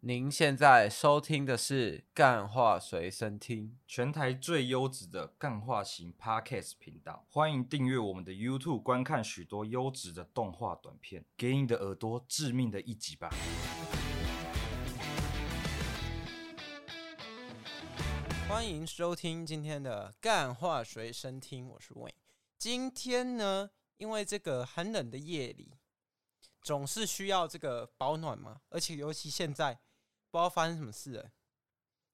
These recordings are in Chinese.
您现在收听的是《干话随身听全台最优质的干化型 Podcast 频道，欢迎订阅我们的 YouTube，观看许多优质的动画短片，给你的耳朵致命的一击吧！》。欢迎收听今天的《干话随身听》，我是 Wayne。今天呢，因为这个寒冷的夜里，总是需要这个保暖嘛，而且尤其现在不知道发生什么事了，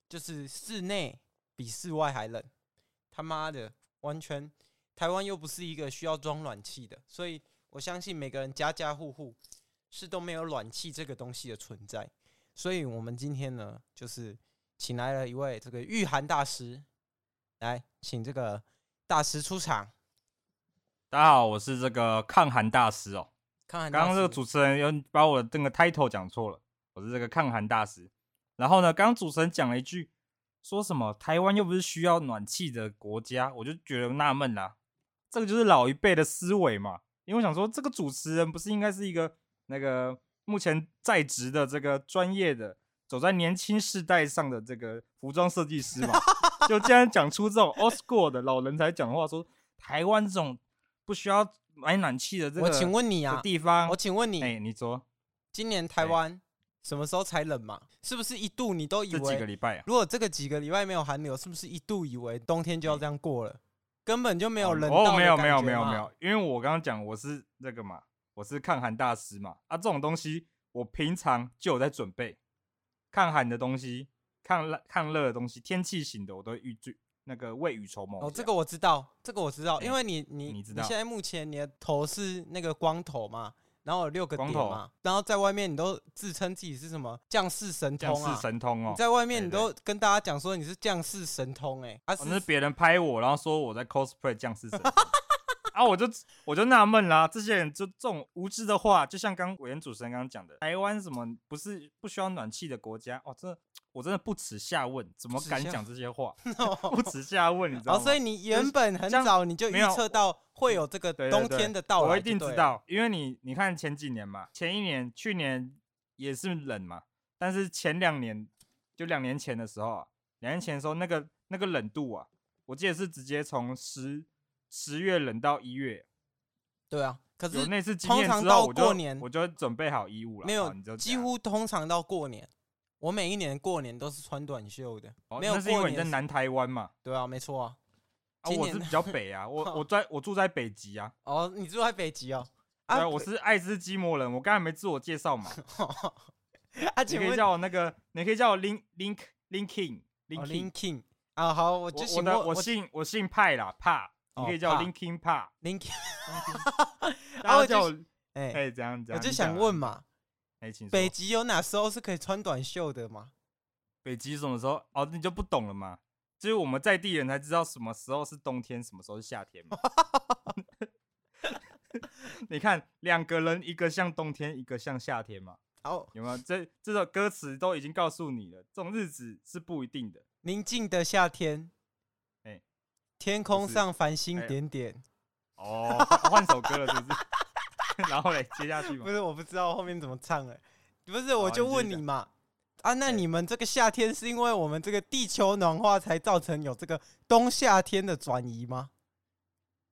就是室内比室外还冷，他妈的，完全台湾又不是一个需要装暖气的，所以我相信每个人家家户户是都没有暖气这个东西的存在，所以我们今天呢，就是请来了一位这个御寒大师，来，请这个大师出场。大家好，我是这个抗寒大师哦。看寒大刚刚这个师主持人有把我的这个 title 讲错了，我是这个抗寒大师。然后呢，刚刚主持人讲了一句，说什么台湾又不是需要暖气的国家，我就觉得纳闷啦。这个就是老一辈的思维嘛，因为我想说，这个主持人不是应该是一个那个目前在职的这个专业的走在年轻世代上的这个服装设计师嘛？ 就竟然讲出这种 old school 的老人才讲话说，台湾这种不需要买暖气的这个，我请问你啊的，地方，我请问哎、你，你说今年台哎湾什么时候才冷嘛？是不是一度你都以这几个为，礼拜啊，如果这个几个礼拜没有寒流，是不是一度以为冬天就要这样过了？根本就没有冷到的哎哦，没有感没有觉没有嘛没，有，因为我刚刚讲我是那个嘛，我是抗寒大师嘛，啊，这种东西我平常就有在准备，抗寒的东西，抗热抗热的东西，天气型的我都会预计那个未雨绸缪。哦，这个我知道，这个我知道，哎因为你你你知道现在目前你的头是那个光头嘛，然后有六个光点头嘛，然后在外面你都自称自己是什么降世神这样通啊是，神通哦你，在外面对你都跟大家讲说你是降世神通、欸，哎，啊哦 是那是别人拍我，然后说我在 cosplay 降世神 通。啊，我就我就纳闷啦，这些人就这种无知的话，就像刚委员主持人刚刚讲的，台湾什么不是不需要暖气的国家哦，这我真的不耻下问，怎么不耻敢下讲这些话？ 哦不耻下问，你知道哦，吗？所以你原本很早你就预没有测到会有这个对对冬对天的到来，我一定知。道，因为你你看前几年嘛，前一年、去年也是冷嘛，但是前两年就两年前的时候啊，两年前的时候那个那个冷度啊，我记得是直接从十十月冷到一月，对啊，可有是那次经通验常之到后，我就过年我就准备好衣物了，没好有你就，几讲乎通常到过年，我每一年过年都是穿短袖的，哦没有那是因过为你年在是南台湾嘛，对啊，没错啊。啊，今我年是比较北啊， 我我哦在我住在北极啊，哦，你住在北极哦？对啊，我 是爱斯基摩人，我刚才没自我介绍嘛，啊，你请可以问叫我那个，你可以叫我 Link Link Linking 哦 Linking。 Linkin 啊，好，我我就我请的问我姓我姓派啦，帕，你哦可以叫我帕 Linkin 帕， Linkin，然后我叫就我 哎， 哎这样这我样。就你讲想啊问，嘛，哎，请说北极有哪时候是可以穿短袖的吗？北极什么时候？哦，你就不懂了嘛，就是我们在地人才知道什么时候是冬天，什么时候是夏天嘛。 你看，两个人，一个像冬天，一个像夏天嘛，哦，有没有？这这首歌词都已经告诉你了，这种日子是不一定的。宁静的夏天，哎天空是上繁星哎点点。哦，换换首歌了是不 是？然后嘞，接下去嘛不。是，我不知道后面怎么唱哎、不是，我哎好就你继续问你讲嘛。啊，那哎你们这个夏天是因为我们这个地球暖化才造成有这个冬夏天的转移吗？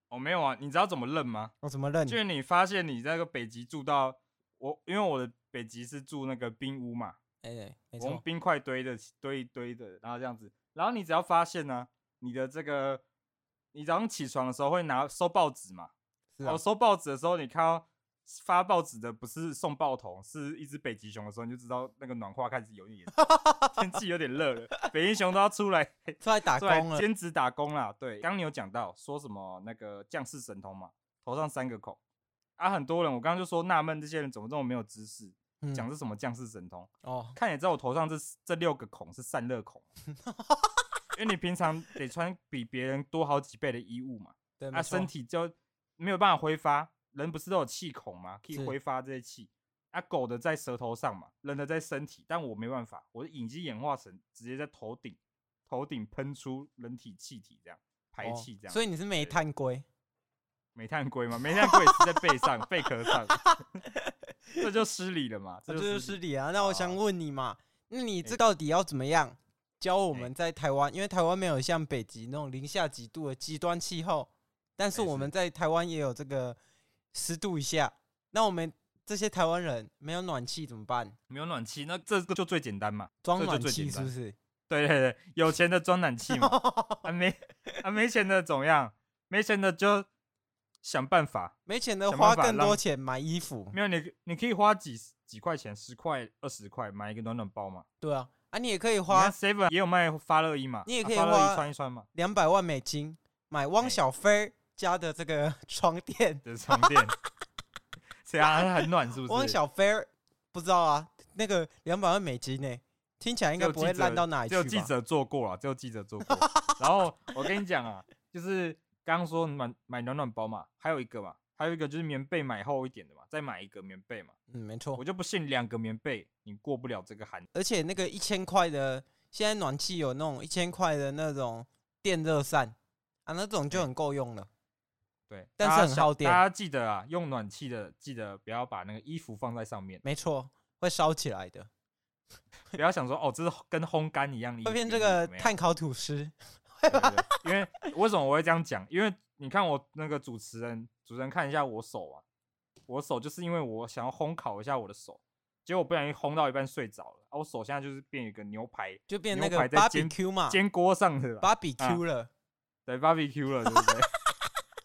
哦，没有啊，你知道怎么认吗？我怎么认？就是你发现你在那个北极住到我，因为我的北极是住那个冰屋嘛，哎、没我用错，冰块堆的堆一堆的，然后这样子，然后你只要发现呢、你的这个，你早上起床的时候会拿收报纸嘛，是我、啊，收报纸的时候，你看到发报纸的不是送报童，是一只北极熊的时候，你就知道那个暖化开始有 点严重天气有点热了，北极熊都要出来出来打出来工了。兼职打工啦。对，刚刚你有讲到说什么那个降世神通嘛，头上三个孔啊，很多人我刚刚就说纳闷，这些人怎么这么没有知识，嗯讲、是什么降世神通？哦，看也知道我头上这这六个孔是散热孔，因为你平常得穿比别人多好几倍的衣物嘛，对，没啊，错身体就没有办法挥发。人不是都有气孔吗？可以是挥发这些气。啊，狗的在舌头上嘛，人的在身体，但我没办法，我的隐基演化成直接在头顶，头顶喷出人体气体，这样排哦气这样。所以你是煤对炭龟，煤炭龟 嘛，煤炭龟也是在背上、贝壳上，这就失礼了嘛，这哦就这哎就是失礼。理啊。那我啊想问你嘛，那你这诶到底要怎么样教我诶们在台湾？因为台湾没有像北极那种零下几度的极端气候，但是诶我哎是们在台湾也有这个十度以下。那我们这些台湾人没有暖气怎么办？没有暖气，那这个就最简单嘛。装这就暖最气简是不单是？对对对，有钱的装暖气嘛， 啊没啊没钱的怎么样？没钱的就想办法。没钱的想花办法更多让钱买衣服，没有你，你可以花几几块钱，十块、二十块买一个暖暖包嘛。对啊，啊，你也可以你看花 Seven 也有卖发热衣嘛，你也啊可以发热花衣穿一穿嘛，两百万美金买汪诶小菲儿家的这个 床垫，就是床 垫。谁啊？很暖是不是？汪小菲儿不知道啊，那个两百万美金呢、听起来应只该有不记会烂者到哪里只有去记吧？者做过了，啊只有记者做过。 然后我跟你讲啊，就是刚刚说暖买暖暖包嘛，还有一个嘛，还有一个就是棉被买厚一点的嘛，再买一个棉被嘛。嗯，没错我。就不信两个棉被你过不了这个寒。而且那个一千块的，现在暖气有那种一千块的那种电热扇啊，那种就对很够用了。对，但大是家很小耗电大家记得啊，用暖气的记得不要把那个衣服放在上面，没错，会烧起来的，不要想说哦，这是跟烘干一样的衣服。会变这个怎么样碳烤吐司。对 对对因为为什么我会这样讲？因为你看我那个主持人，主持人看一下我手啊，我手就是因为我想要烘烤一下我的手，结果不小心烘到一半睡着了，啊，我手现在就是变一个牛排就变牛那个排在煎 barbecue 嘛煎锅上的啦，啊，barbecue 了。对 barbecue 了，对不对？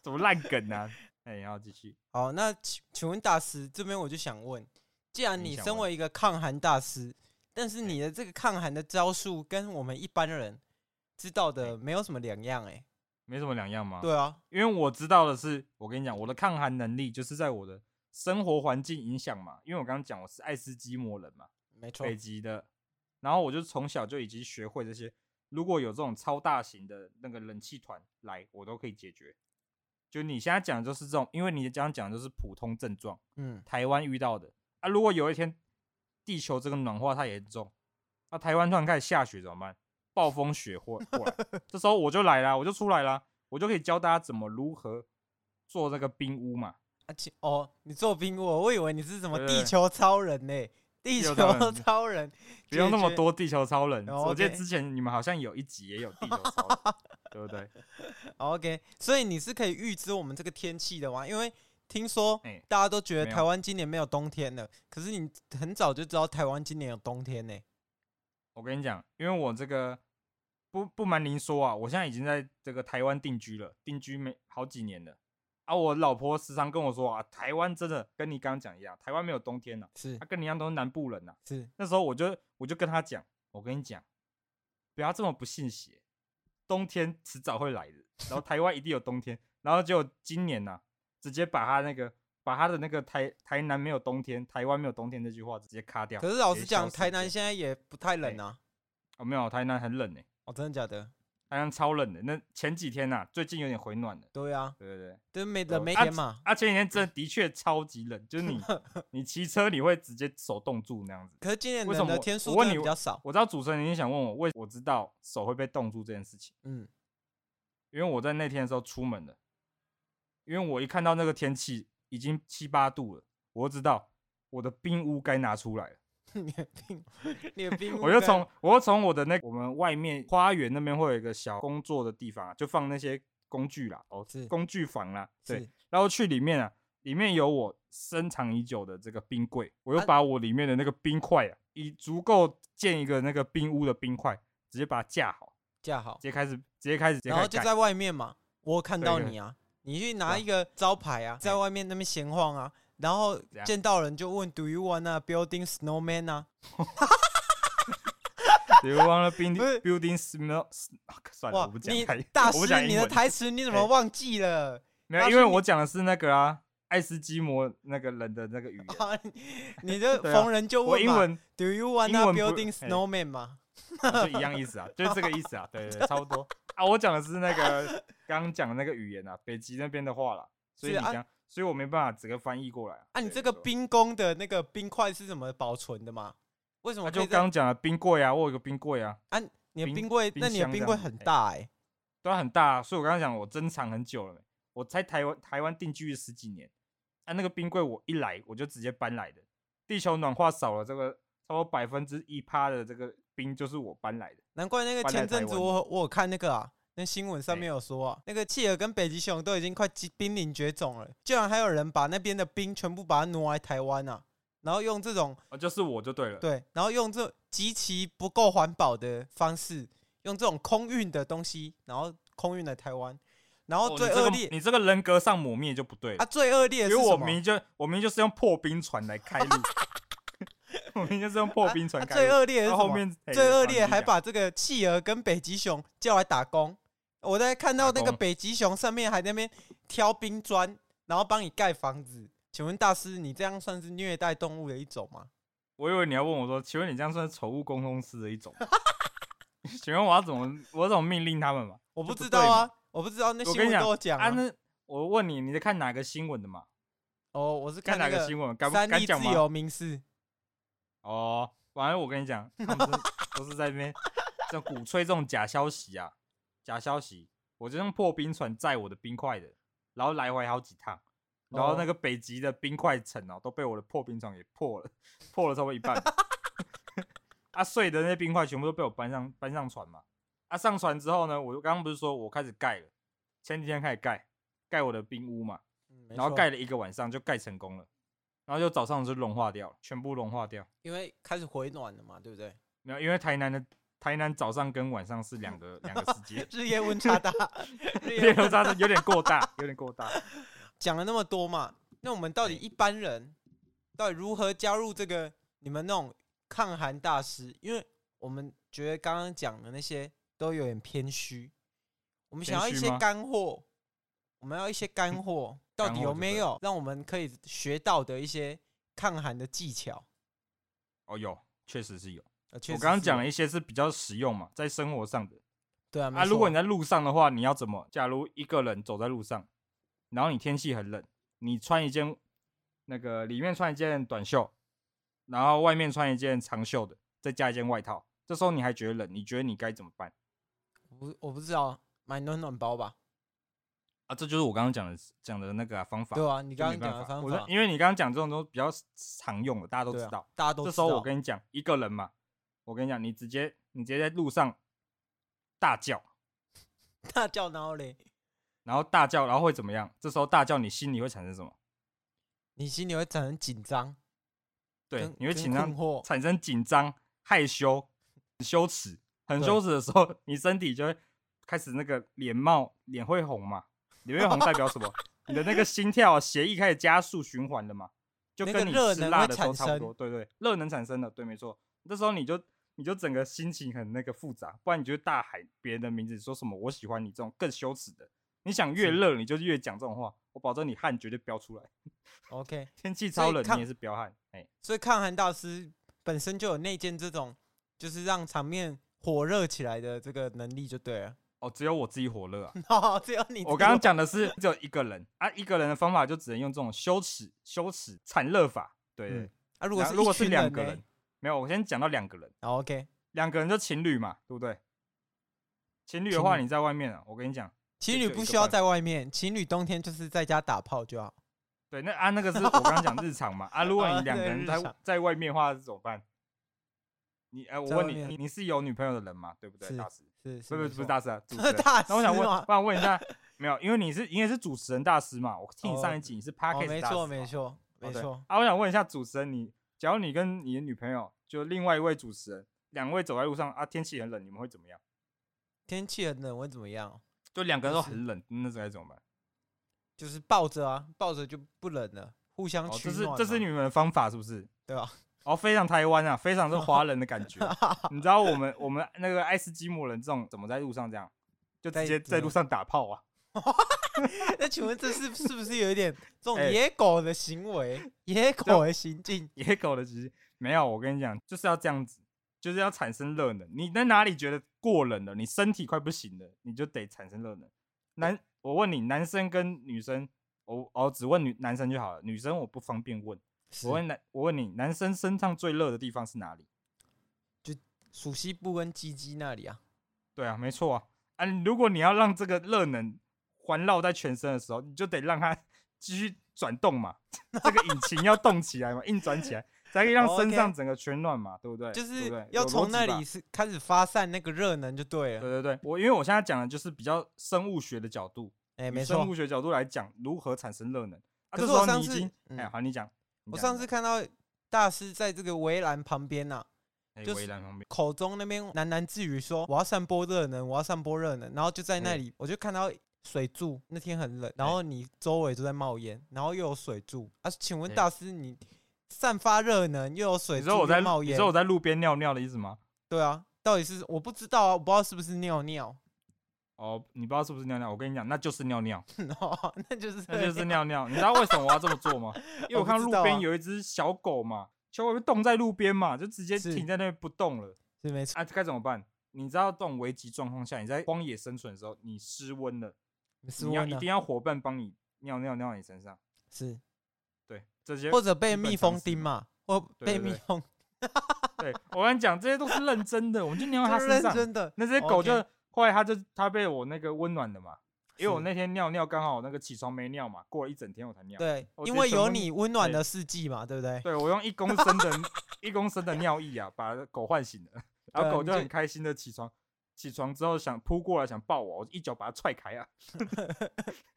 怎么烂梗啊？哎、然后继续，好，那请请问大师这边我就想问，既然你你想身问为一个抗寒大师，但是你的这个抗寒的招数跟我们一般人知道的没有什么两样哎、没什么两 样吗？对啊，因为我知道的是，我跟你讲，我的抗寒能力就是在我的生活环境影响嘛。因为我刚刚讲我是爱斯基摩人嘛，没错北，极的，然后我就从小就已经学会这些。如果有这种超大型的那个冷气团来，我都可以解决。就你现在讲的就是这种，因为你刚刚讲的就是普通症状，嗯，台湾遇到的啊。如果有一天地球这个暖化太严重，那、台湾突然开始下雪怎么办？暴风雪或过来， 这时候我就来啦，我就出来啦，我就可以教大家怎么如何做那个冰屋嘛。而且哦，你做冰我，我以为你是什么对对地对球超人呢、地球球超人 超人，不用那么解决多地球超人。哦我记得 OK 之前你们好像有一集也有地球超人， 对不对？ OK，所以你是可以预知我们这个天气的吗？因为听说哎大家都觉没得有台湾今年没有冬天了，可是你很早就知道台湾今年有冬天呢、我跟你讲，因为我这个不不瞒您说啊，我现在已经在这个台湾定居了，定居没好几年了。啊，我老婆时常跟我说啊，台湾真的跟你刚刚讲一样，台湾没有冬天呐、啊，是她跟你一样都是南部人呐、是，那时候我就我就跟她讲，我跟你讲，不要这么不信邪，冬天迟早会来的，然后台湾一定有冬天，然后结果今年呐、直接把她那个把她的那个台台南没有冬天，台湾没有冬天这句话直接卡掉。可是老直实接消讲，失台掉南现在也不太冷哎啊。哦，没有，台南很冷诶、哦，真的假的？台南超冷的。那前几天呐、最近有点回暖了。对啊，对对对，就是没对冷没啊天嘛。啊，前几天真的的确超级冷，就是 你你骑车你会直接手冻住那样子。可是今年为什冷么的我天我数问真的你比较少。我知道主持人也想问我，为我知道手会被冻住这件事情，嗯， 因为我在那天的时候出门了，因为我一看到那个天气已经七八度了，我就知道我的冰屋该拿出来 了。你的冰，你的冰屋我就盖从我就从我的那我们外面花园那边会有一个小工作的地方、啊，就放那些工具啦，哦是，工具房啦，对，是然后去里面啊，里面有我深藏已久的这个冰柜，我啊又把我里面的那个冰块啊，以足够建一个那个冰屋的冰块，直接把它架好，架好直，接开始，直接开始，直接然后开始就盖。在外面嘛。我有看对到对你啊，你去拿一个招牌啊，在外面那边闲晃啊，然后样见到人就问 Do you wanna building snowman 啊？ You want to 不是 build building smell？啊 算了，我哇不，讲你台，大我不讲师，你英的文。台词你怎么哎忘记了？ 没有，大因为师你我讲的是那个啊，爱斯基摩那个人的那个语 言。啊， 你这对啊逢人就我问英嘛文，Do you 英 wanna 文不 building 哎 snowman 嘛？啊就一样意思啊，就是这个意思啊，对对对，差不多啊。我讲的是那个刚刚讲的那个语言啊，北极那边的话啦，所以是你啊讲，所以我没办法整个翻译过来啊。啊，你对这个对冰宫的那个冰块是怎么保存的嘛？为什啊么可就以刚在刚讲的冰柜啊，我有一个冰柜啊，啊？你的冰冰柜，那冰你的箱冰这柜样很哎大哎，都很大、啊，所以我刚刚讲我珍藏很久了，我在台湾台湾定居了十几年，啊，那个冰柜我一来我就直接搬来的，地球暖化少了这个超过百分之一趴的这个冰就是我搬来的。难怪那个前阵搬来台子哎我我有看那个啊，那新闻上面有说啊，那个企鹅跟北极熊都已经快几濒临绝种了，居然还有人把那边的冰全部把它挪来台湾啊，然后用这种哦，就是我就对了。对，然后用这极其不够环保的方式，用这种空运的东西，然后空运来台湾，然哦，后最你这恶个劣、你这个人格上抹灭就不对啊，了，最恶劣因的为是我什么？明明就我明明就是用破冰船来开路， 我明明就是用破冰船啊、开最路。恶劣的然是什后么后面嘿最恶好你继劣续还讲把这个企鹅跟北极熊叫来打工。我在看到打那个工北极熊上面还在那边挑冰砖，然后帮你盖房子。请问大师，你这样算是虐待动物的一种吗？我以为你要问我说，请问你这样算是宠物公公司的一种吗？ 请问我要怎么我怎么命令他们嘛？我不不知对道啊，我不知道那我新跟闻你都有讲啊，啊。那我问你，你在看哪个新闻的嘛？哦，我是看那哪个新闻？敢不三敢立讲自吗？由民事，哦，反正我跟你讲，他们是都是在那边在鼓吹这种假消息啊，假消息。我就用破冰船载我的冰块的，然后来回好几趟，然后那哦个北极的冰块层哦，都被我的破冰船给破了，破了差不多一半。 啊，碎的那些冰块全部都被我搬上搬上船嘛。啊，上船之后呢，我刚刚不是说我开始盖了，前几天开始盖盖我的冰屋嘛，嗯然后盖，了一个晚上就盖成功了，然后就早上就融化掉了，全部融化掉。因为开始回暖了嘛，对不对？ 没有，因为台南的台南早上跟晚上是两个两个世 界，日夜温差大， 日夜电流差是有点过大，有点过大。讲了那么多嘛，那我们到底对一般人到底如何加入这个你们那种抗寒大师？因为我们觉得刚刚讲的那些都有点偏虚，我们想要一偏些虚吗嗯干货，我们要一些干货，到底干货有就没对有让我们可以学到的一些抗寒的技巧？哦，有，确实是有。呃确我实刚刚是讲有了一些是比较实用嘛，在生活上的。对啊，啊，没如果错你在路上的话，你要怎么？假如一个人走在路上，然后你天气很冷，你穿一件那个里面穿一件短袖，然后外面穿一件长袖的，再加一件外套，这时候你还觉得冷，你觉得你该怎么办？我不我不知道买暖暖包吧？啊，这就是我刚刚讲的讲的那个啊、方法。对啊，你就刚没刚办讲的法，方我说法，因为你刚刚讲这种都比较常用的，大家都对知啊道。大家都这知时候道我跟你讲，一个人嘛，我跟你讲，你直接你直接在路上大叫， 大叫然后嘞，然后大叫，然后会怎么样？这时候大叫，你心里会产生什么？你心里会产生紧张，对跟，你会跟紧困张，惑，产生紧张、害羞、很羞耻、很对羞耻的时候，你身体就会开始那个脸冒脸会红嘛，脸会红代表什 么？你的那个心跳啊、血液开始加速循环了嘛，就那跟个你热吃能辣会的时候产差不生多，对对，热能产生的，对，没错。这时候你就你就整个心情很那个复杂，不然你就会大喊别人的名字，说什么“我喜欢你”这种更羞耻的。你想越是热，你就越讲这种话，我保证你汗绝对飙出来。 OK，天气所以超冷，抗你也是飙汗，哎，所以抗寒大师本身就有内建这种，就是让场面火热起来的这个能力就对了。 哦，只有我自己火热啊。哦，只有你自己有。我刚刚讲的是只有一个人啊，一个人的方法就只能用这种羞耻、羞耻产热法。对对嗯啊，如果然后是如果一是群两个呢人，，没有，我先讲到两个人，好 OK，两个人就情侣嘛，对不对？情侣的话，情侣你在外面啊，我跟你讲，情就侣有一不个需要办法在外面，情侣冬天就是在家打炮就好。对，那啊那 个是我刚刚讲日常嘛啊，如果啊你两个对人日在常在外面的话是怎么办？你哎、我在问外你，面你你是有女朋友的人嘛？对不是对，大师？是不是是没不是错 大师啊，主持人大师啊那我想问嘛，不然问一下，没有，因为你是你也是主持人大师嘛？我听你上一集你是 p a r 哦， k 没错没错哦没对错，啊，我想问一下主持人你，假如你跟你的女朋友，就另外一位主持人，两位走在路上啊，天气很冷，你们会怎么样？天气很冷会怎么样？就两个人都就是很冷，那该怎么办？就是抱着啊，抱着就不冷了，互相哦，取这是暖嘛。这是你们的方法是不是？啊对啊吧？哦，非常台湾啊，非常是华人的感 觉。你知道我们我们那个爱斯基摩人这种怎么在路上这样，就在直接在路上打炮啊？ 那请问这是是不是有一点这种哎野狗的行为，野狗的行径？ 野狗的其实没有，我跟你讲，就是要这样子，就是要产生热能。你在哪里觉得过冷了，你身体快不行了，你就得产生热能。男，我问你，男生跟女生，我哦只问女男生就好了，女生我不方便问。是我问男，我问你，男生身上最热的地方是哪里？属西部跟鸡鸡那里啊，对啊，没错啊。啊，如果你要让这个热能环绕在全身的时候， 你就得让它继续转动嘛，这个引擎要动起来嘛，运转起来。才可以让身哦 OK 上整个全暖嘛，对不对？就对是不对要有逻从辑那吧里是开始发散那个热能就对了。对对对，我因为我现在讲的就是比较生物学的角度，哎、以没生错物。学角度来讲如何产生热能。啊，可这是时我候上你已次经，，哎，嗯好，你讲。你我讲上你次讲看到大师在这个围栏旁边啊呐、哎就是围栏旁边，口中那边喃喃自语说：“我要散播热能，我要散播热能。”然后就在那哎里，我就看到水柱，那天很冷，然后你周围都在冒烟，然后又有水柱啊。请问哎大师，你散发热能又有水你柱说我在又冒你烟说，我在路边尿尿的意思吗？对啊，到底是我不知道啊，我不知道是不是尿尿， 哦，你不知道是不是尿尿？我跟你讲，那就是尿尿，哦，那就是那 就是热尿尿。你知道为什么我要这么做吗？因为我我不看知路道啊边有一只小狗嘛，小狗被冻在路边嘛，就直接是停在那边不动了。是没错，啊，该怎么办？你知道这种危急状况下，你在荒野生存的时候，你失温了，是你要温一的定，要伙伴帮你尿尿尿到你身上。是对，这些或者基被本蜜常蜂识叮嘛嘛，或对被对蜜对蜂， 对我跟你讲，这些都是认真的，我们就尿到它 就是身认上。真的，那只狗 OK 就后来它就它被我那个温暖的嘛，因为我是那天尿尿刚好那个起床没尿嘛，过了一整天我才尿。对我，直因接为全有部你温暖对的四季嘛，对不对？对我用一公升的一公升的尿液啊，把狗唤醒了，然对后啊狗你就就很开心的起床，起床之后想扑过来想抱我，我一脚把它踹开 啊，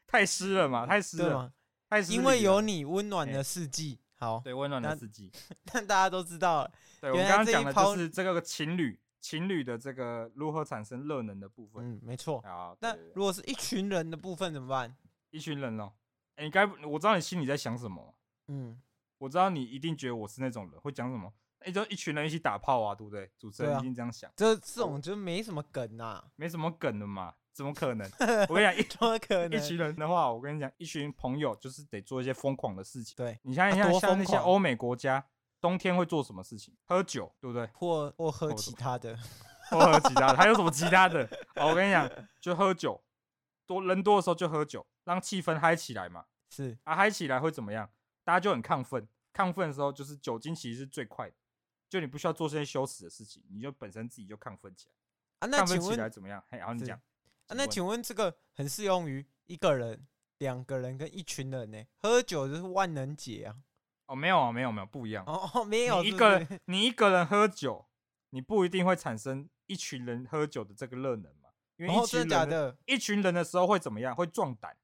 太湿了嘛，太湿对了，吗？太湿。因为有，你温暖哎的四季。好，对温暖的那司机。但大家都知道了，对我们原刚来刚这讲一的泡就是这个情侣情侣的这个如何产生热能的部分嗯，没错。啊。对那对对如果是一群人的部分怎么办？一群人哦，哎，你该不我知道你心里在想什么，嗯，我知道你一定觉得我是那种人，会讲什么？哎，就一群人一起打炮啊，对不对？主持对人啊一定这样想，这这哦种就没什么梗呐， 没什么梗的嘛，怎么可能？我跟你讲，一怎么可一能？群人的话，我跟你讲，一群朋友就是得做一些疯狂的事情。对，你想啊想像多像疯那些狂欧美国家，冬天会做什么事情？喝酒，对不对？或或喝或其什么他的，或喝其他的，还有什么其他的？哦，我跟你讲，就喝酒，多人多的时候就喝酒，让气氛嗨起来嘛。是啊，嗨起来会怎么样？大家就很亢奋，亢奋的时候就是酒精其实是最快的，就你不需要做这些羞耻的事情，你就本身自己就亢奋起来，啊。那亢奋请起问来啊，怎么样？嘿，然后你是讲，那请问这个很适用于一个人、两个人跟一群人呢？喝酒就是万能解啊。哦，没有啊，没有没有，不一样。哦，哦没有你是一不个是人，你一个人喝酒，你不一定会产生一群人喝酒的这个热能嘛？因为一哦，群真人的假的、的？一群人的时候会怎么样？会壮胆，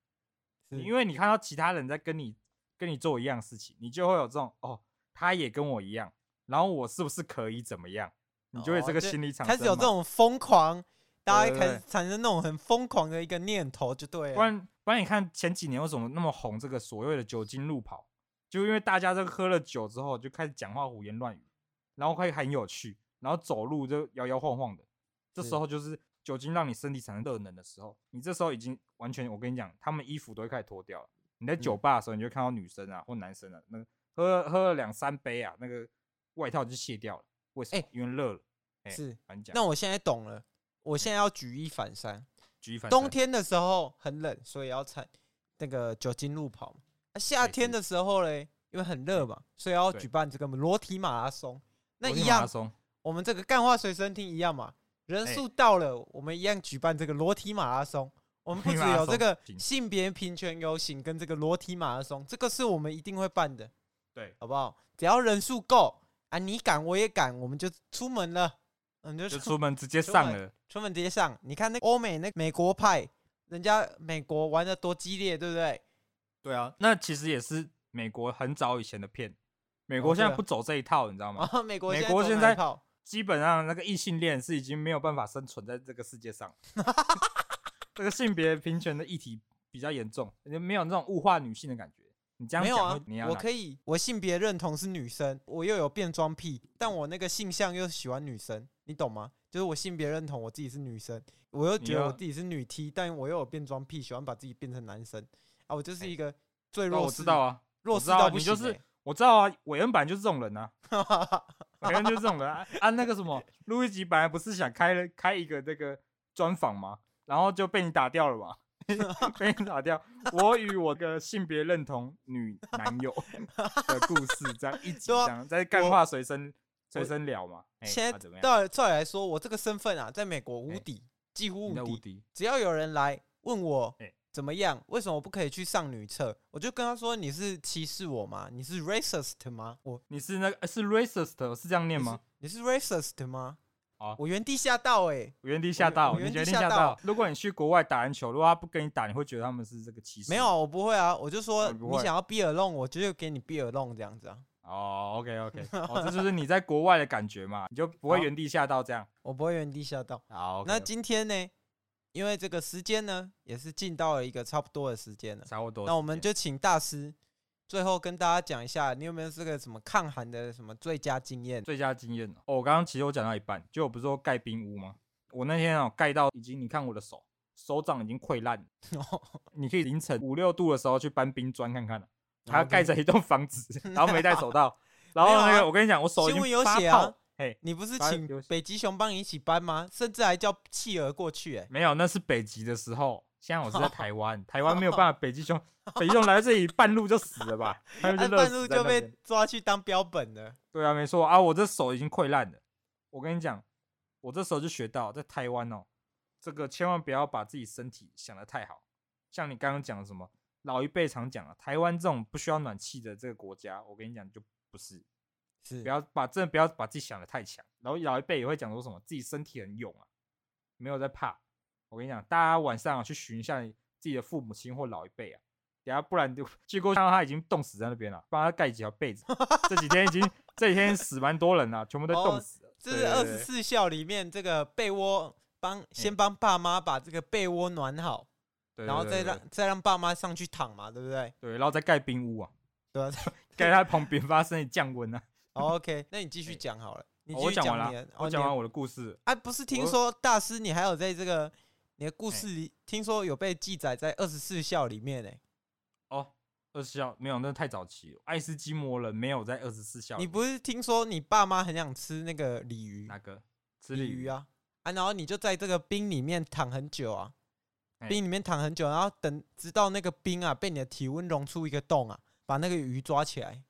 是因为你看到其他人在跟你跟你做一样事情，你就会有这种哦，他也跟我一样，然后我是不是可以怎么样？你就会哦这个就心理产生、开始有这，种疯狂，大对家对开对始产生那种很疯狂的一个念头，就对不了。然不然你看前几年为什么那么红这个所谓的酒精路跑，就因为大家这个喝了酒之后就开始讲话胡言乱语，然后会很有趣，然后走路就摇摇晃晃的，这是时候就是酒精让你身体产生热能的时候，你这时候已经完全，我跟你讲，他们衣服都会开始脱掉了。你在嗯酒吧的时候，你就会看到女生啊或男生啊，那个喝喝了两三杯啊，那个外套就卸掉了，为什么？哎因为热了。哎是，反正讲那我现在懂了，我现在要举一反三。举一反冬三天的时候很冷，所以要产那个酒精路跑嘛。那夏天的时候嘞，因为很热嘛，所以要对举办这个裸体马拉松。那国际一马拉样，松我们这个干化随身听一样嘛，人哎数到了，我们一样举办这个裸体马拉松。我们不裸只体马拉有这松个行性别平权游行跟这个裸体马拉松，这个是我们一定会办的。 对，好不好？只要人数够啊，你敢我也敢，我们就出门了，嗯，就就出出门直接出上门了。出门直接上。你看那欧美那美国派，人家美国玩的多激烈，对不对？对啊，那其实也是美国很早以前的片，美国哦现对在啊不走这一套，你知道吗？啊，美国嗯美现国走现哪一在套 基本上那个异性恋是已经没有办法生存在这个世界上了， 这个性别平权的议题比较严重，就没有那种物化女性的感觉。你这样没有讲啊会，你要我哪可以，我性别认同是女生，我又有变装癖，但我那个性向又喜欢女生，你懂吗？就是我性别认同我自己是女生，我又你觉得要我自己是女 T，但我又有变装癖，喜欢把自己变成男生啊，我就是哎一个最哦弱我势，知道啊，弱我势知道到啊不你行、欸就是我知道啊，韦恩版就是这种人啊，韦恩就是这种人啊。啊，那个什么，路易吉本来不是想开了开一个这个专访吗？然后就被你打掉了嘛。 被你打掉，我与我的性别认同 女男友的故事，这样一集对啊这样在干我话随身随身聊嘛。哎现啊在怎么样？照照理来说，我这个身份啊，在美国无哎敌，几乎你在无无敌。敌，只要有人来问我哎，怎么样？为什么我不可以去上女厕？我就跟他说：“你是歧视我吗？你是 racist 吗？我你是那个呃是 racist 是这样念吗？你是 racist 吗？”啊我原地吓到哎、原地吓到，我你原决地定吓吓到到。如果你去国外打篮球，如果他不跟你打，你会觉得他们是这个歧视？没有，我不会啊，我就说哦你不你会想要 be alone，我就给你 be alone 这样子啊，哦，OK OK，哦，这就是你在国外的感觉嘛，你就不会好原地吓到这样。我不会原地吓到。好，那今天呢，因为这个时间呢，也是进到了一个差不多的时间了，差不多时间，那我们就请大师最后跟大家讲一下，你有没有这个什么抗寒的什么最佳经验？ 最佳经验哦。哦我刚刚其实我讲到一半，就我不是说盖冰屋吗？我那天哦盖到已经，你看我的手，手掌已经溃烂了。你可以凌晨五六度的时候去搬冰砖看看、啊，他盖着一栋房子， 然后没戴手 套，然后没那有啊个我跟你讲，我手已新闻经有发写啊泡，嘿，你不是反请正有北极熊帮你一起搬吗？甚至还叫企鹅过去、欸，没有，那是北极的时候。现在我是在台湾，台湾没有办法，北极熊，北极熊来到这里半路就死了吧？他们就 哎，热半死路在就那被边。抓去当标本了。对啊，没错啊，我这手已经溃烂了。我跟你讲，我这时候就学到，在台湾哦，这个千万不要把自己身体想得太好。像你刚刚讲的什么，老一辈常讲啊，台湾这种不需要暖气的这个国家，我跟你讲就不是，是不要把真的不要把自己想得太强。然后老一辈也会讲说什么自己身体很勇啊，没有在怕。我跟你讲，大家晚上啊去寻一下你自己的父母亲或老一辈啊，等下不然就结果看到他已经冻死在那边了，帮他盖几条被子。这几天已 经这几天死蛮多人了，全部都冻死了。这对嗯哦是二对十对四孝里面这个被窝帮先帮爸妈把这个被窝暖好，对然后对再对让再让爸妈上去躺嘛，对不对？对，然后再盖冰屋啊，对啊。 盖在旁边发生降温啊。哦 OK，那你继续讲好了。 你哦继我续讲完你的了，我哦讲你的完我的故事。啊，不是听我说大师你还有在这个你的故哎事里，听说有被记载在二十四孝里面呢、欸哦，二十四孝没有，那太早期了。爱斯基摩人没有在二十四孝里你面。不是听说你爸妈很想吃那个鲤鱼，哪个？吃鲤鲤鱼啊？啊啊，然后你就在这个冰里面躺很久啊，哎冰里面躺很久，然后等直到那个冰啊被你的体温融出一个洞啊，把那个鱼抓起来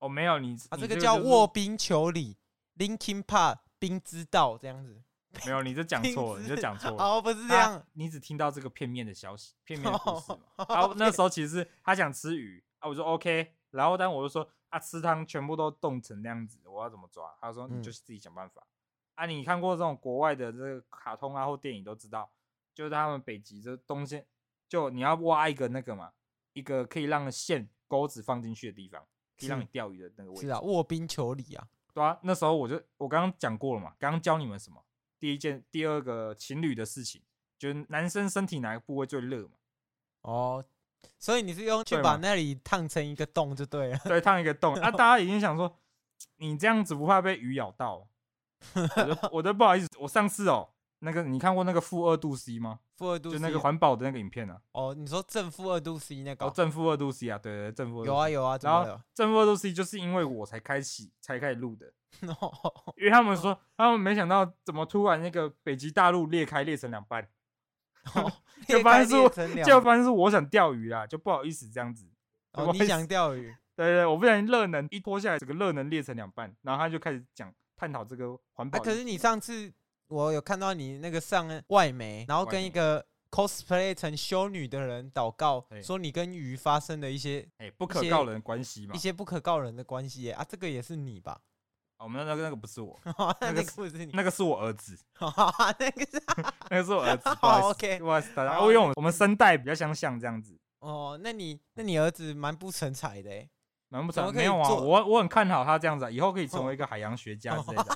哦，没有，你啊，你这个个叫就是卧冰求鲤，Linkin Park 冰之道这样子。没有，你这 讲冰错了，你之这讲错了。啊哦，不是这他样，你只听到这个片面的消息，片面的故 事嘛。然后那时候其实是他想吃鱼啊，我说 OK，然后但我就说啊，吃汤全部都冻成那样子，我要怎么抓？他说嗯你就是自己想办法、啊。你看过这种国外的这个卡通啊或电影都知道，就是他们北极这东西，就你要挖一个那个嘛，一个可以让线钩子放进去的地方，可以让是你钓鱼的那个位置。是啊，卧冰求鲤啊，对啊，那时候我就我刚刚讲过了嘛，刚刚教你们什么？第一件、第二个情侣的事情，就是男生身体哪个部位最热嘛？哦，所以你是用去对把嘛那里烫成一个洞就对了，对，烫一个 洞啊！大家已经想说，你这样子不怕被鱼咬到？哦我 都我都不好意思，我上次哦，那个你看过那个负二度 C 吗？负二度 就 C 那个环保的那个影片啊，哦，你说正负二度 C 那个哦，哦、正负二度 C 啊，对对对，正负2度 C 有啊有啊，怎然么后了？正负二度 C 就是因为我才开启才开始录的，哦 因为他们说他们没想到怎么突然那个北极大陆裂开裂成两半，就发现是我就发现是我想钓鱼啦，就不好意思这样子。不哦，好你意想思钓鱼，对对，我不小心热能一脱下来，整个热能裂成两半，然后他就开始讲探讨这个环啊，保议题。可是你上次我有看到你那个上外媒，然后外跟一媒个 cosplay 成修女的人祷告，对说你跟鱼发生了一些哎、不一可些告人的关系嘛一。些不可告人的关系耶啊，这个也是你吧？ 哦我们那个那个不是我，那那个个是不是你， 哦那个是我儿子，那个是那个是我儿子。 好不好意思 OK 不好意思大家，好哦因为我们我们声带比较相像，这样子哦，那你那你儿子蛮不成才的耶， 难不怎么成可以没有啊？做我我很看好他这样子、啊，以后可以成为一个海洋学 家之类的。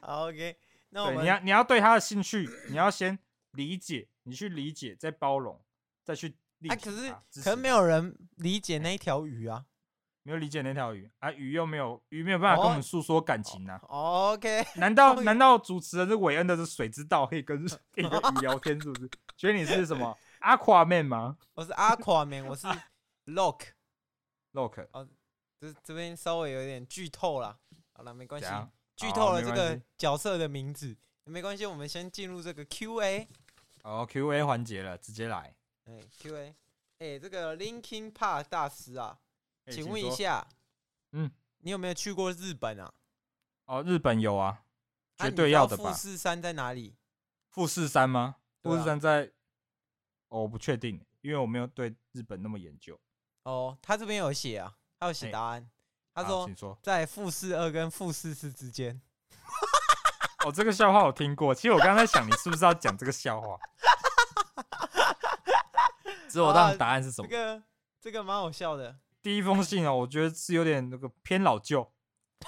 好 OK，那我对，你们要你要对他的兴趣，你要先理解，你去理解，再包容，再去力啊，挺可是他支持可能没他有人理解那一条鱼啊。 没有理解那条鱼啊，鱼又没有鱼没有办法跟我哦们诉说感情呐、啊。哦 OK， 难道难道主持人是韦恩的是水之道可以跟 可以跟鱼聊天是不是？觉得你是什 么 Aquaman 吗我是阿垮 man，我是 Lock， ？Look，这这边稍微有点剧透啦。好了，没关怎系，样？剧好啊透了没这关个系角色的名字，没关系，我们先进入这个 Q&A。哦，Q&A 环节了，直接来。哎、q a 哎、这个 Linkin Park 大师啊，哎请问一说下，嗯，你有没有去过日本啊？哦，日本有啊，啊绝你对知道要的吧富士山在哪里？富士山吗？对啊富士山在哦我不确定，因为我没有对日本那么研究。哦，他这边有写啊，他有写哎答案，他好说请说。在负四二跟负四四之间。哦，这个笑话我听过。其实我刚才在想，你是不是要讲这个笑话？只有我好啊当答案是什这么？个这个蛮好笑的，第一封信哦，我觉得是有点那个偏老旧，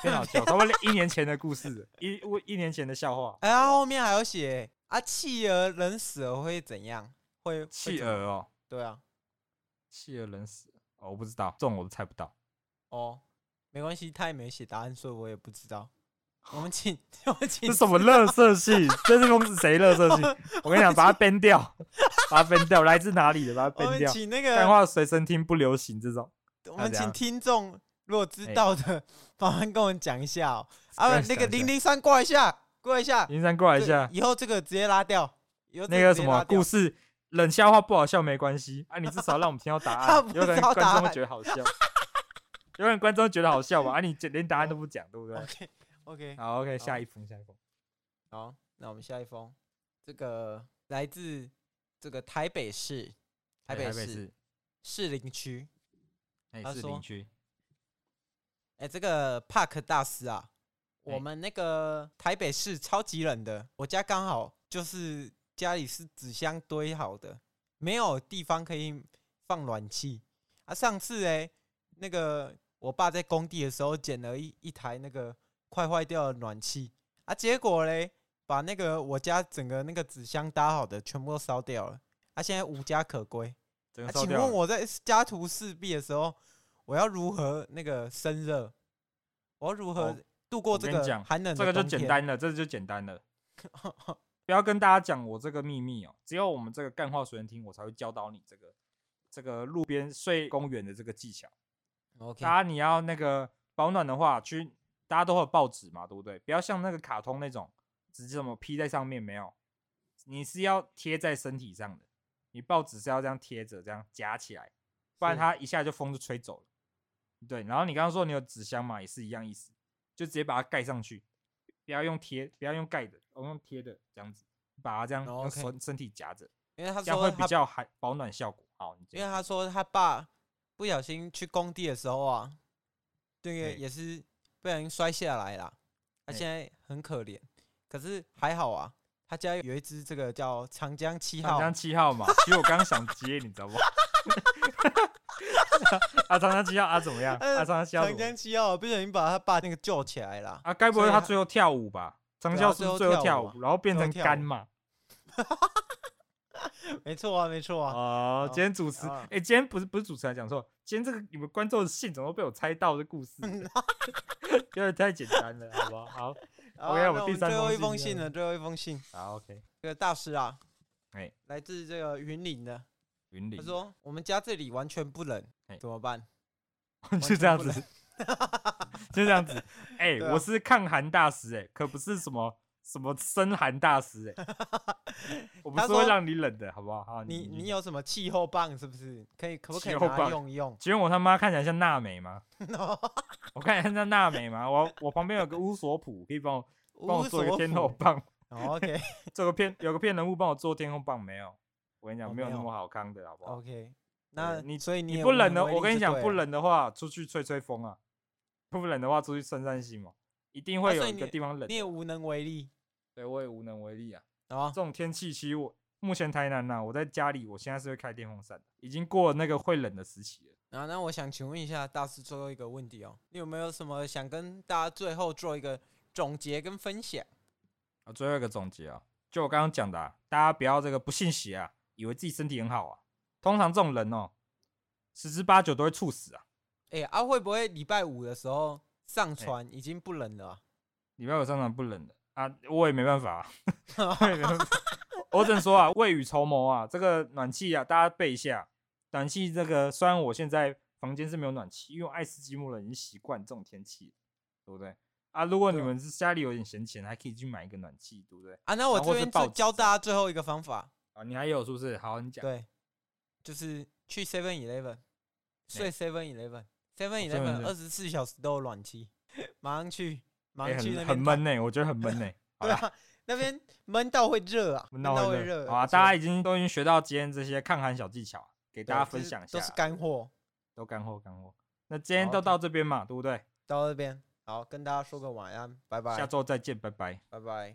偏老旧， 差不多一年前的故事了，一我一年前的笑话。哎，他后面还有写啊，企鹅人死了会怎样？会会企怎么鹅哦，对啊，企鹅冷死了哦，我不知道，这种我都猜不到。哦，没关系，他也没写答案，所以我也不 知道。我们请 我们请这什么乐色系？这是公司谁乐色系？我跟你讲，把它编掉，把它编掉，来自哪里的，把它我编们掉。请那干个话随身听不流行这种，我啊们怎请样听众如果知哎道的，麻烦跟我们讲一下哦。啊，跟那个讲一零下零三过来一下，过来一下，林山过来一这下。以后这个直接拉掉。以后这那个直什接么拉掉故事冷笑话不好笑没关系啊，你至少让我们听到答 他案不，有可能知道观答众会案觉得好笑， 有可能观众觉得好笑吧？啊，你连答案都不讲，对不对？ ？OK OK，好，OK，哦好下一封，下一封，好，那我们下一封，这个来自这个台北市，台哎北北市，士林区。哎他是说邻居，哎、这个帕克大师啊，我哎们那个台北市超级冷的，我家刚好就是家里是纸箱堆好的，没有地方可以放暖气啊。上次哎、那个我爸在工地的时候捡了一一台那个快坏掉的暖气啊，结果嘞，把那个我家整个那个纸箱搭好的全部都烧掉了，啊，现在无家可归。整啊，个烧请掉问了。我在家徒四壁的时候，我要如何那个生热？我要如何哦度过我这跟你个讲寒冷这个的就冬简天？单了，这个就简单了。 不要跟大家讲我这个秘密哦，只有我们这个干话随身听，我才会教导你这个这个路边睡公园的这个技巧。 OK，大家你要那个保暖的话，去大家都会有报纸嘛，对不对？不要像那个卡通那种直接什么披在上面没有，你是要贴在身体上的，你报纸是要这样贴着，这样夹起来，不然是它一下就风就吹走了。对，然后你刚刚说你有纸箱嘛，也是一样意思，就直接把它盖上去，不要用贴，不要用盖的，我用贴的这样子，把它这样哦用 OK 身身体夹着，因为他这样说会比他，较还保暖效果。好，你这因为样他说他爸不小心去工地的时候啊，这个哎也是不小心摔下来啦。他哎现在很可怜，可是还好啊，他家有一只这个叫长江七长号，江七 号嘛，其实我刚刚想接，你知道不？ 啊，长江七号啊，怎么样？呃啊，长江七号长怎么样江七号不小心把他爸那个救起来啦。啊，该不会所以他他最后跳舞吧？长江七号是不是最后对啊最后跳跳舞舞，然后变成最后跳舞干嘛？没错啊，没错啊，哦，今天主持啊，哎，今天不是不是主持人讲错，今天这个你们观众的信怎么都被我猜到的 故事？ 有点太简单了，好不好？好，好啊 OK，那我们我第们三最后封一封信信了了，最后一封信，好，OK，这个大师啊，哎，来自这个云林的，云他林，说我们家这里完全不冷哎，怎么办？ 就这样子，就这样子。哎，对啊我是抗寒大师，哎，可不是什么什么生寒大师， 哎，我不他是会说让你冷的，好不好？好你你有？有什么气候棒是不是？可以可不可嗯以气候拿来棒用一用？ 请问我他妈看起来像娜美吗？我看起来像娜美吗？我我旁边有个乌索普，可以帮我 帮无我做一所个天符后。棒，哦 OK 做个骗有个骗人物帮我做天后棒没有？我跟你哦讲，没有没那有哦么好康的，好不好？ OK，那你所以你也不无冷的，能为我力跟你就讲，对不了。冷的话，出去吹吹风啊；不冷的话，出去散散心嘛，一定啊会所有以一个你地方冷你。也无能为力对我也无能为力啊。啊这。种天气，其实我目前台南呐、我在家里，我现在是会开电风扇的，已经过了那个会冷的时期了。然后那我想请问一下大师最后一个问题哦，你有没有什么想跟大家最后做一个总结跟分享？啊，最后一个总结啊，就我刚刚讲的、啊，大家不要这个不信邪啊，以为自己身体很好啊。通常这种人哦，十之八九都会猝死啊。哎、啊，会不会礼拜五的时候哎上传已经不冷了啊、礼拜五上场不冷的啊，我也没办法、啊， 我也没办法。 我只能说啊，未雨绸缪啊，这个暖气啊，大家备一下。暖气这个，虽然我现在房间是没有暖气，因为我爱斯基摩人已经习惯这种天气了，对不对？啊，如果你对啊们是家里有点闲钱，还可以去买一个暖气，对不对？啊，那我然后这或是边报就纸教上大家最后一个方法，啊，你还有是不是？好，你讲。对，就是去 Seven Eleven 睡 Seven 哦 Eleven，Seven Eleven ，7-Eleven 二十四小时都有暖气，马上去，马哎上去那很边很躺 闷呢、我觉得很闷呢、好对啦，啊，那边闷到会热啊，闷那到会会热好啊！大家已经都已经学到今天这些抗寒小技巧，给大家分享一下啊都，是干货，都干货干货。那今天好都到这边嘛，对不对？到这边好，跟大家说个晚安，拜拜，下周再见，拜拜。拜拜。